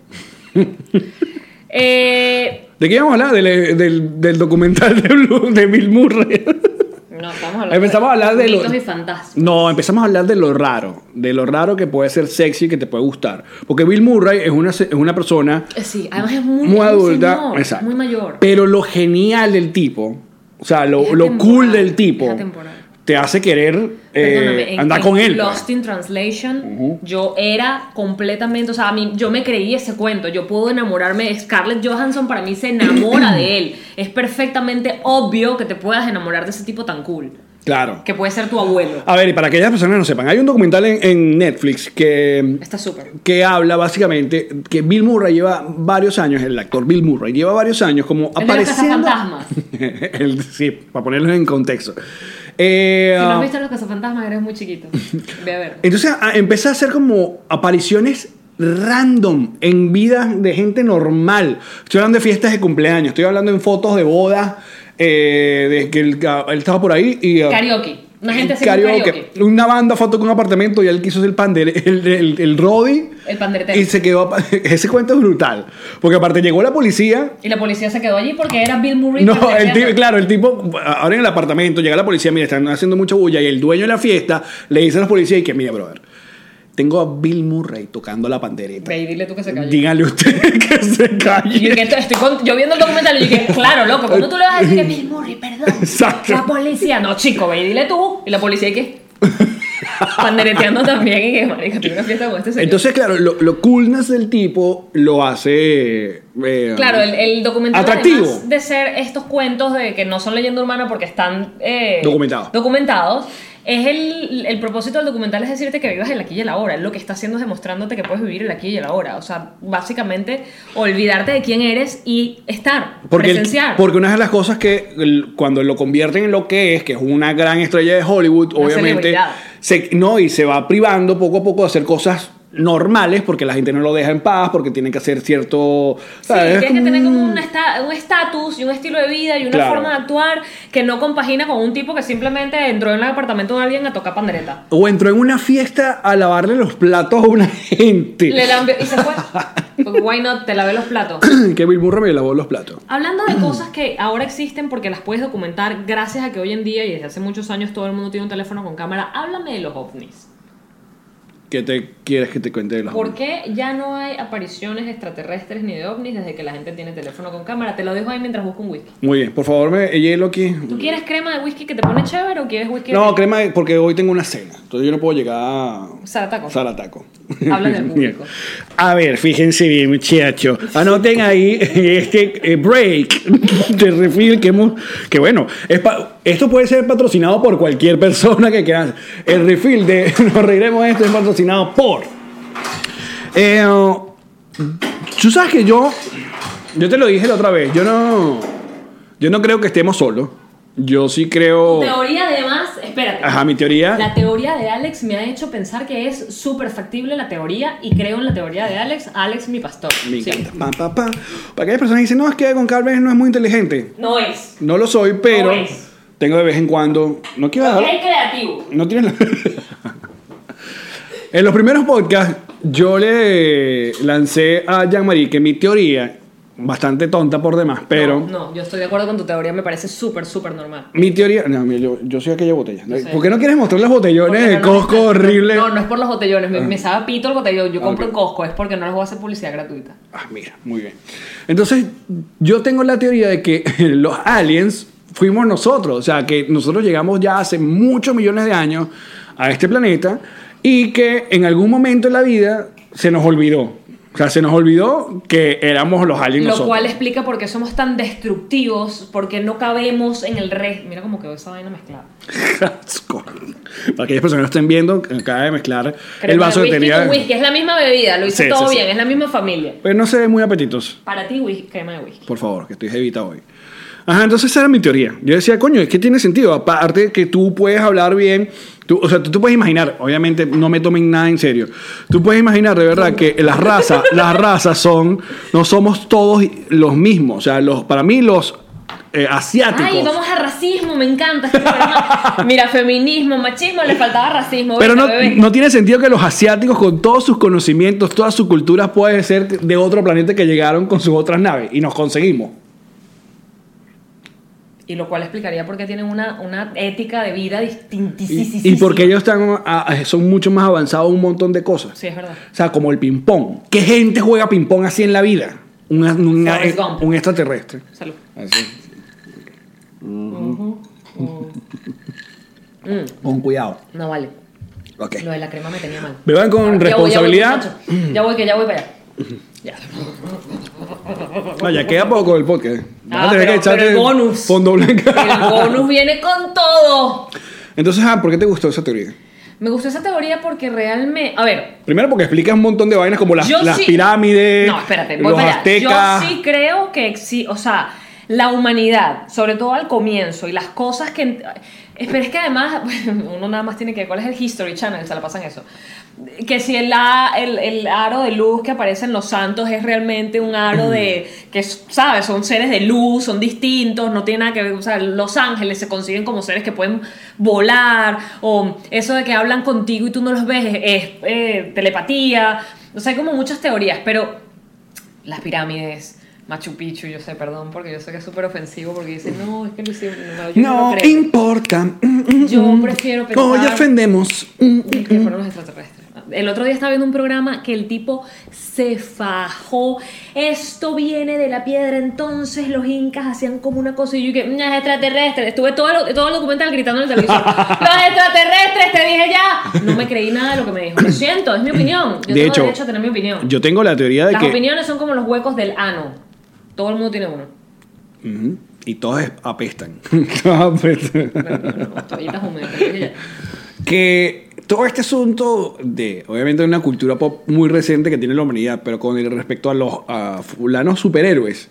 eh,
¿De qué íbamos a hablar? Del, del- del documental de, Blue, de Bill Murray.
no, estamos hablando
empezamos a hablar de
mitos
lo-
y fantasmas.
No, empezamos a hablar de lo raro. De lo raro que puede ser sexy y que te puede gustar. Porque Bill Murray es una, se- es una persona
Eh, Sí, además es
muy
muy, es un
adulta,
señor,
exacto.
muy mayor.
Pero lo genial del tipo, o sea,
Es
lo, lo cool
atemporal,
del
es
tipo,
atemporal.
te hace querer eh,
Perdóname, en-
andar
en
con él. pues.
Lost in Translation, yo era completamente, o sea, a mí, yo me creí ese cuento, yo puedo enamorarme, Scarlett Johansson para mí se enamora de él, es perfectamente obvio que te puedas enamorar de ese tipo tan cool,
Claro.
que puede ser tu abuelo,
A ver, y para aquellas personas que no sepan, hay un documental en, en Netflix que,
está súper.
que habla básicamente que Bill Murray lleva varios años, el actor Bill Murray lleva varios años como
El de los
apareciendo.
cazafantasmas.
El- sí, para ponerlo en contexto. Eh,
Si no has
ah,
visto los cazafantasmas, eres muy chiquito. Ve a ver.
entonces ah, empecé a hacer como apariciones random en vidas de gente normal. Estoy hablando de fiestas de cumpleaños, estoy hablando en fotos de bodas, eh, de que él, ah, él estaba por ahí y... ah,
Karaoke. Una gente hace
Karaoke.
karaoke. karaoke.
Una banda foto con un apartamento y él quiso hacer el pandere, el, el, el rodi.
El panderetero.
Y se quedó. a- Ese cuento es brutal. Porque aparte llegó la policía.
Y la policía se quedó allí porque era Bill Murray.
No, el
pandereteando.
tipo, claro, el tipo, ahora en el apartamento, llega la policía, mira, están haciendo mucha bulla y el dueño de la fiesta le dice a los policías y que, mira, brother, tengo a Bill Murray tocando la pandereta.
Ve y dile tú que se cayó.
Díganle usted que se
Y yo,
calle.
dije, estoy, estoy con- yo viendo el documental y yo dije, claro, loco, ¿cómo tú le vas a decir que Bill Murray, perdón?
Exacto.
La policía, no, chico, ve y dile tú. Y la policía, ¿y qué? Pandereteando también y que, marica, tiene una fiesta con este señor.
Entonces, claro, lo, lo coolness del tipo lo hace. eh,
Claro, el, el documental
Atractivo.
además de ser estos cuentos de que no son leyenda urbana porque están eh,
Documentados.
documentados, es el, el propósito del documental es decirte que vivas el aquí y el ahora. Lo que está haciendo es demostrándote que puedes vivir el aquí y el ahora. O sea, básicamente olvidarte de quién eres y estar,
Porque, el-
presenciar.
porque una de las cosas que el- cuando lo convierten en lo que es, que es una gran estrella de Hollywood,
Una
obviamente,
celebridad.
se, no, y se va privando poco a poco de hacer cosas normales porque la gente no lo deja en paz, porque tienen que hacer cierto...
Sí,
¿sabes?
tienes que tener como un esta- un estatus y un estilo de vida y una
Claro.
forma de actuar que no compagina con un tipo que simplemente entró en el apartamento de alguien a tocar pandereta.
O entró en una fiesta a lavarle los platos a una gente.
Le lambió y se fue. Porque Why not? Te lavé los platos.
que Bill Murray me lavó los platos.
Hablando de cosas que ahora existen porque las puedes documentar gracias a que hoy en día y desde hace muchos años todo el mundo tiene un teléfono con cámara, háblame de los ovnis.
¿Qué te quieres que te cuente de los
¿Por qué ya no hay apariciones extraterrestres ni de ovnis desde que la gente tiene teléfono con cámara? Te lo dejo ahí mientras busco un whisky.
Muy bien, por favor, me hielo aquí.
¿Tú quieres crema de whisky que te pone chévere o quieres whisky
Mm. No,
de...
crema, porque hoy tengo una cena. Entonces yo no puedo llegar a...
Zarataco.
Zarataco.
Habla del público.
Bien. A ver, fíjense bien, muchachos. Anoten ahí este eh, break de refil que hemos. Que bueno, es pa- esto puede ser patrocinado por cualquier persona que quiera. El refill de Nos Reiremos de Esto es patrocinado por. Eh, Tú sabes que yo. Yo te lo dije la otra vez. Yo no. Yo no creo que estemos solos. Yo sí creo.
Teoría además, espérate.
Ajá, mi teoría.
La teoría de Alex me ha hecho pensar que es súper factible la teoría y creo en la teoría de Alex, Alex mi pastor.
Me
Sí.
encanta. Pa, pa, pa. Para aquellas personas que dicen, no, es que Egon Carmen no es muy inteligente.
No es.
No lo soy, pero
No es.
tengo de vez en cuando. No quiero
Porque
dejar.
hay creativo.
No tienes la- en los primeros podcasts, yo le lancé a Jean-Marie que mi teoría, bastante tonta por demás, pero.
No, no, yo estoy de acuerdo con tu teoría, me parece súper, súper normal.
Mi teoría. No, mira, yo, yo soy aquella botella.
sé.
¿Por qué no quieres mostrar los botellones
Porque
de
no, no,
Costco
no, no,
horrible?
No, no es por los botellones, me, me sabe pito el botellón. Yo
Ah,
compro
ok.
en Costco, es porque no les voy a hacer publicidad gratuita.
Ah, mira, muy bien. Entonces, yo tengo la teoría de que los aliens fuimos nosotros, o sea, que nosotros llegamos ya hace muchos millones de años a este planeta y que en algún momento en la vida se nos olvidó. O sea, se nos olvidó que éramos los aliens
Lo
nosotros.
cual explica por qué somos tan destructivos, porque no cabemos en el res. Mira como quedó esa vaina mezclada.
Asco. Para aquellas personas que no estén viendo, acaba de mezclar el vaso que
whisky
tenía.
con whisky, es la misma bebida, lo hice
Sí,
todo
sí, sí.
bien, es la misma familia.
Pero no se ve muy apetitoso.
Para ti, whisky, crema de whisky.
Por favor, que estoy jevita hoy. Ajá, entonces esa era mi teoría. Yo decía, coño, es que tiene sentido. Aparte que tú puedes hablar bien, tú- o sea, tú, tú puedes imaginar, obviamente no me tomen nada en serio, tú puedes imaginar de verdad que las razas, las razas son, no somos todos los mismos. O sea, los, para mí los eh, asiáticos.
Ay, vamos a racismo, me encanta. este programa. Mira, feminismo, machismo, le faltaba racismo.
Pero
¿viste,
no,
bebé?
no tiene sentido que los asiáticos, con todos sus conocimientos, toda su cultura, puede ser de otro planeta que llegaron con sus otras naves y nos conseguimos.
Y lo cual explicaría por qué tienen una, una ética de vida distintísima.
Y, y porque ellos están, a- a- son mucho más avanzados en un montón de cosas.
Sí, es verdad.
O sea, como el ping-pong. ¿Qué gente juega ping-pong así en la vida? Una- una- eh,
Forrest Gump.
un extraterrestre.
Salud.
Así. Con cuidado.
Mm, No vale.
Ok.
Lo de la crema me tenía mal.
Beban con
Ya voy, ya voy,
responsabilidad.
muchacho. ya voy, que ya voy para allá. Ya.
No, ya queda poco el podcast. Vas
Ah, pero- pero el bonus.
fondo blanca.
El bonus viene con todo.
Entonces, ah, ¿por qué te gustó esa teoría?
Me gustó esa teoría porque realmente. A ver.
Primero porque explicas un montón de vainas como las,
yo
las
sí-
pirámides,
No, espérate, voy
los
para allá.
aztecas.
Yo sí creo que exi- O sea, la humanidad, sobre todo al comienzo, y las cosas que. Pero es que además, uno nada más tiene que. ¿Cuál es el History Channel? Se la pasan eso. Que si el, a- el, el aro de luz que aparece en los santos es realmente un aro de.
Mm.
que, es- ¿sabes? Son seres de luz, son distintos, no tiene nada que ver. O sea, los ángeles se consiguen como seres que pueden volar, o eso de que hablan contigo y tú no los ves es, es, eh, telepatía. O sea, hay como muchas teorías, pero las pirámides, Machu Picchu, yo sé, perdón, porque yo sé que es súper ofensivo, porque dicen, no, es que lo hicieron, no, yo no,
No
lo creo,
importa. Mm,
Yo prefiero pensar-
Hoy ofendemos. Mm, mm.
que fueron los extraterrestres. El otro día estaba viendo un programa que el tipo se fajó, esto viene de la piedra, entonces los incas hacían como una cosa, y yo que, "Mm, los extraterrestres, estuve todo, lo- todo el documental gritando en el televisor, los extraterrestres, te dije ya, no me creí nada de lo que me dijo, lo siento, es mi opinión, yo
De
tengo
hecho,
derecho a tener mi opinión.
Yo tengo la teoría de
Las
que.
opiniones son como los huecos del ano, todo el mundo tiene uno.
Ujú. Y todos apestan. Todos apestan.
toallitas húmedas. pero dije ya.
que todo este asunto de, obviamente, una cultura pop muy reciente que tiene la humanidad, pero con el respecto a los a fulanos superhéroes,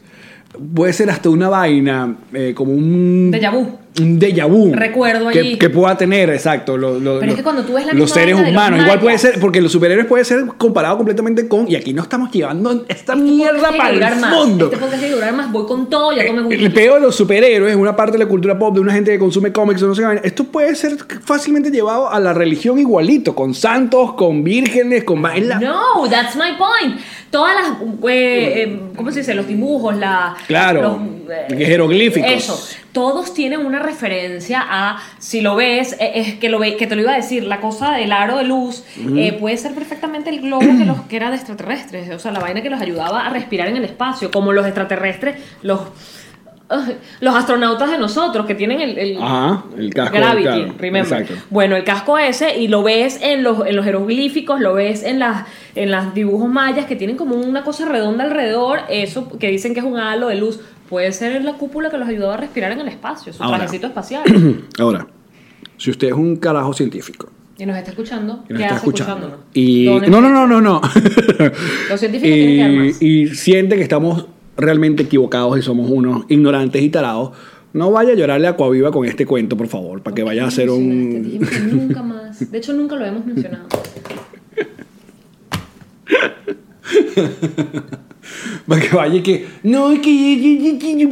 puede ser hasta una vaina, eh, como un.
Déjà vu.
Un déjà vu.
Recuerdo
que,
allí.
que pueda tener, exacto. lo- lo-
Pero es
lo-
que cuando tú ves la
Los
misma
seres
vaina de los
humanos. Igual puede
mayas.
ser, porque los superhéroes puede ser comparado completamente con. Y aquí no estamos llevando esta mierda
Tiene que
para el Eh,
durar más.
fondo.
Este podcast tiene que durar más. Voy con todo, ya tomé
El
un
peor de los superhéroes es una parte de la cultura pop de una gente que consume cómics o no sé qué. vaina. Esto puede ser fácilmente llevado a la religión igualito, con santos, con vírgenes, con va- es la-
No, that's my point. Todas las, eh, eh, ¿cómo se dice? Los dibujos, la,
Claro,
los,
jeroglíficos.
Eso. Todos tienen una referencia a, si lo ves, eh, es que lo ve, que te lo iba a decir, la cosa del aro de luz eh, puede ser perfectamente el globo que los que era de extraterrestres, o sea, la vaina que los ayudaba a respirar en el espacio, como los extraterrestres, los los astronautas de nosotros que tienen el, el-
Ajá, el casco,
Gravity,
claro,
remember.
exacto.
Bueno, el casco ese y lo ves en los, en los jeroglíficos, lo ves en las en los dibujos mayas que tienen como una cosa redonda alrededor, eso que dicen que es un halo de luz, puede ser la cúpula que los ayudaba a respirar en el espacio, su
Ahora.
trajecito espacial.
Hmm, Ahora, si usted es un carajo científico
y nos está escuchando,
y nos
¿qué
está
hace
escuchando
escuchándonos?
y
¿Dónde
no, no,
está?
no, no, no.
Los científicos tienen que dar
y,
más.
y siente que estamos realmente equivocados y somos unos ignorantes y tarados. No vaya a llorarle a Coaviva con este cuento, por favor, para que vaya a ser
Impresionante,
un,
dijimos este que nunca más. De hecho, nunca lo hemos mencionado.
Para que vaya y que. No, es que.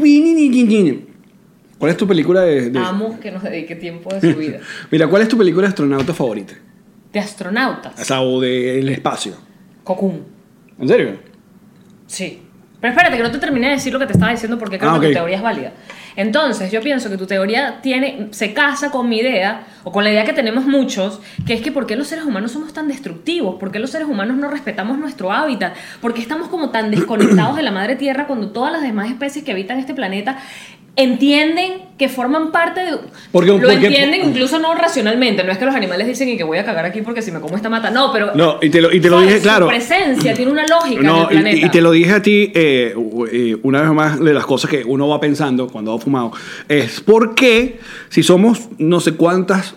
¿Cuál es tu película de.? de-
Amo que nos dedique tiempo de su vida.
Mira, ¿cuál es tu película de astronauta favorita?
De astronautas.
O sea, o del espacio.
Cocoon.
¿En serio?
Sí. Pero espérate, que no te terminé de decir lo que te estaba diciendo porque creo
Ah,
que
ok.
tu teoría es válida. Entonces, yo pienso que tu teoría tiene, se casa con mi idea, o con la idea que tenemos muchos, que es que por qué los seres humanos somos tan destructivos, por qué los seres humanos no respetamos nuestro hábitat, por qué estamos como tan desconectados de la madre tierra cuando todas las demás especies que habitan este planeta entienden que forman parte de...
Porque-
lo
porque-
entienden incluso no racionalmente, no es que los animales dicen y que voy a cagar aquí porque si me como esta mata, no, pero...
No, y te lo, y te lo
¿sabes?
dije,
Su
claro.
presencia tiene una lógica en el
No, y-
planeta.
y, te lo dije a ti eh, u- eh, una vez más de las cosas que uno va pensando cuando ha fumado. Es por qué si somos no sé cuántas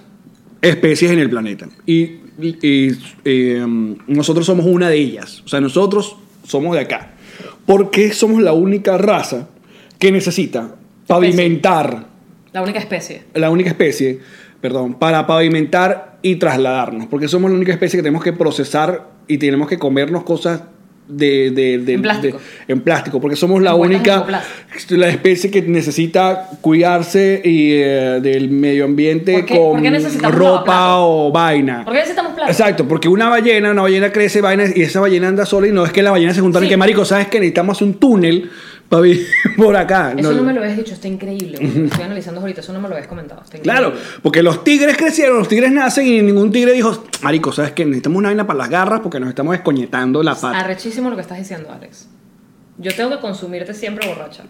especies en el planeta y, y- y, eh, nosotros somos una de ellas. O sea, nosotros somos de acá. ¿Por qué somos la única raza que necesita pavimentar,
La única especie.
la única especie, perdón, para pavimentar y trasladarnos, porque somos la única especie que tenemos que procesar y tenemos que comernos cosas de, de- de-
En plástico.
de- en plástico, porque somos la
Envueltas en
única
coplas.
la especie que necesita cuidarse y eh, del medio ambiente
¿Por qué-
con
por qué necesitamos
ropa
lavaplatos?
o vaina.
¿Por qué necesitamos plástico?
Exacto, porque una ballena, una ballena crece, vaina, y esa ballena anda sola y no es que las ballenas se juntaron
Sí.
y que marico, sabes que necesitamos un túnel para vivir por acá.
Eso
No-
no me lo habías dicho, está increíble. güey. Lo Estoy analizando ahorita, eso no me lo habías comentado. está
Claro,
increíble.
porque los tigres crecieron, los tigres nacen y ningún tigre dijo, marico, ¿sabes qué? Necesitamos una vaina para las garras porque nos estamos descoñetando la pata.
Arrechísimo lo que estás diciendo, Alex. Yo tengo que consumirte siempre borracha.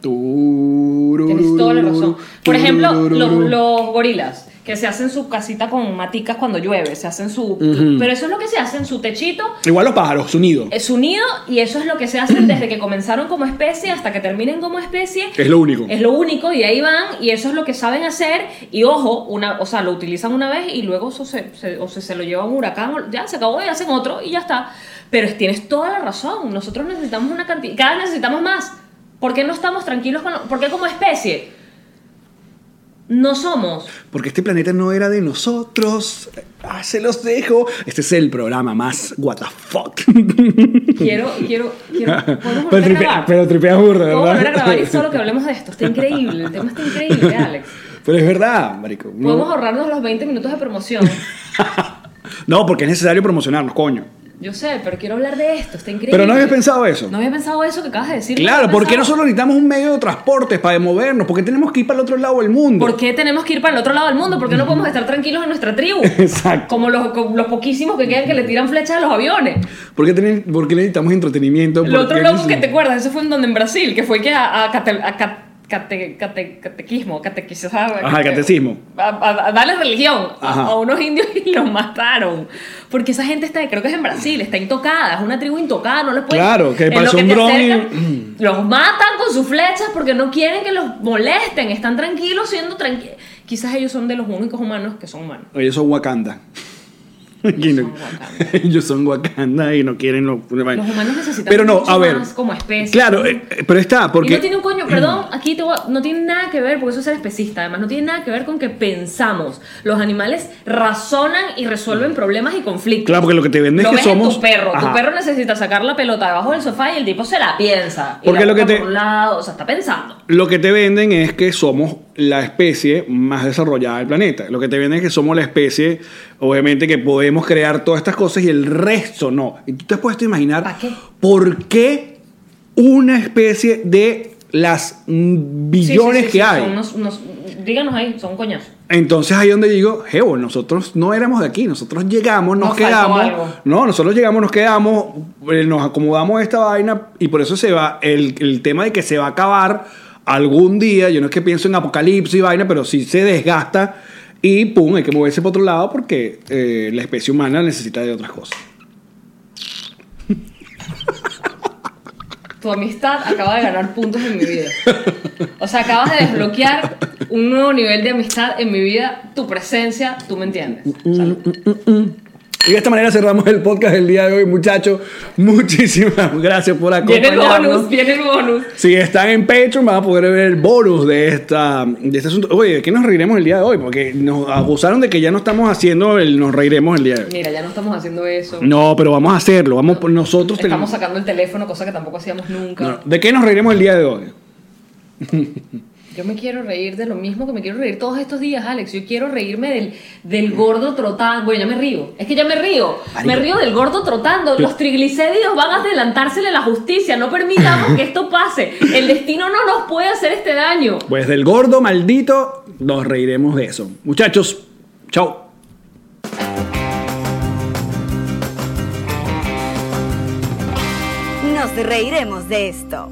Tururú,
Tienes toda la razón. Por ejemplo,
tururú.
los, los gorilas, que se hacen su casita con maticas cuando llueve, se hacen su... Pero eso es lo que se hacen, su techito,
Igual los pájaros, su nido.
eh, su nido, y eso es lo que se hacen desde que comenzaron como especie hasta que terminen como especie.
Es lo único.
Es lo único, y ahí van, y eso es lo que saben hacer, y ojo, una, o sea, lo utilizan una vez y luego eso se, se- o se, se lo lleva un huracán, o- ya se acabó y hacen otro y ya está. Pero es- tienes toda la razón, nosotros necesitamos una cantidad, cada vez necesitamos más. ¿Por qué no estamos tranquilos con lo- ¿Por qué como especie? No somos.
Porque este planeta no era de nosotros. Ah, se los dejo. Este es el programa más what the fuck.
Quiero, quiero, quiero. ¿podemos
pero,
volver a
tripea,
grabar?
pero tripea burda,
Podemos volver a grabar y
¿verdad?
solo que hablemos de esto. Está increíble, el tema está increíble, Alex.
Pero es verdad, marico. No-
Podemos ahorrarnos los 20 minutos de promoción.
No, porque es necesario promocionarnos, coño.
Yo sé, pero quiero hablar de esto, está increíble.
Pero no habías pensado eso.
No había pensado eso que acabas de decir.
Claro,
No había
¿por qué
pensado.
nosotros necesitamos un medio de transporte para movernos? ¿Por qué tenemos que ir para el otro lado del mundo?
¿Por qué tenemos que ir para el otro lado del mundo? ¿Por qué no podemos estar tranquilos en nuestra tribu?
Exacto.
Como los, como los poquísimos que quedan que le tiran flechas a los aviones.
¿Por qué, ten- por qué necesitamos entretenimiento?
El
¿Por
otro
qué
loco que
neces-
te acuerdas, eso fue en donde en Brasil, que fue que a, a cate- a ca- cate- cate- catequismo, catequizar.
Ajá, catecismo.
A, a- a darle religión a-
Ajá.
a, unos indios y los mataron. Porque esa gente está, creo que es en Brasil, está intocada, es una tribu intocada, no les pueden.
Claro, que
en lo
pasó
te
un dron y-
acercan, Los matan con sus flechas porque no quieren que los molesten, están tranquilos siendo tranquilos. Quizás ellos son de los únicos humanos que son humanos.
Oye, son Wakanda.
Ellos son
Wakanda.
Wakanda.
Ellos son Wakanda y no quieren... Los,
Los humanos necesitamos
Pero no,
mucho
a ver.
más como especie.
Claro, eh, eh, pero está, porque...
Y no tiene un coño, perdón, aquí te voy a- no tiene nada que ver, porque eso es ser especista, además, no tiene nada que ver con que pensamos. Los animales razonan y resuelven problemas y conflictos.
Claro, porque lo que te venden
Lo
es que
ves en
somos...
tu perro,
Ajá.
tu perro necesita sacar la pelota debajo del sofá y el tipo se la piensa. y
Porque
la
lo que
busca
te-
por un lado, o sea, está pensando.
Lo que te venden es que somos la especie más desarrollada del planeta. Lo que te venden es que somos la especie, obviamente, que podemos crear todas estas cosas y el resto no. Y tú te has puesto a imaginar
¿Pa' qué?
por qué una especie de las mm,
Sí, sí,
billones
sí,
que
sí,
hay.
son unos- unos- díganos ahí, son coñazos.
Entonces ahí donde digo, Jebo, nosotros no éramos de aquí, nosotros llegamos, nos,
Nos faltó
quedamos.
algo.
No, nosotros llegamos, nos quedamos, eh, nos acomodamos a esta vaina y por eso se va, el, el tema de que se va a acabar algún día, yo no es que pienso en apocalipsis y vaina, pero sí se desgasta y pum, hay que moverse para otro lado porque eh, la especie humana necesita de otras cosas.
Tu amistad acaba de ganar puntos en mi vida. O sea, acabas de desbloquear un nuevo nivel de amistad en mi vida, tu presencia, tú me entiendes. O
Mm,
sea,
Y de esta manera cerramos el podcast del día de hoy, muchachos. Muchísimas gracias por
Viene el
acompañarnos.
bonus, viene el bonus.
Si están en Patreon van a poder ver el bonus de, esta, de este asunto. Oye, ¿de qué nos reiremos el día de hoy? Porque nos acusaron de que ya no estamos haciendo el nos reiremos el día de hoy.
Mira, ya no estamos haciendo eso.
No, pero vamos a hacerlo. Vamos, nosotros
Estamos
tenemos...
sacando el teléfono, cosa que tampoco hacíamos nunca.
No, ¿De qué nos reiremos el día de hoy?
Yo me quiero reír de lo mismo que me quiero reír todos estos días, Alex. Yo quiero reírme del, del gordo trotando. Bueno, ya me río. Es que ya me río. Me
Marico.
río del gordo trotando. Los triglicéridos van a adelantársele a la justicia. No permitamos que esto pase. El destino no nos puede hacer este daño.
Pues del gordo maldito nos reiremos de eso. Muchachos, chao.
Nos reiremos de esto.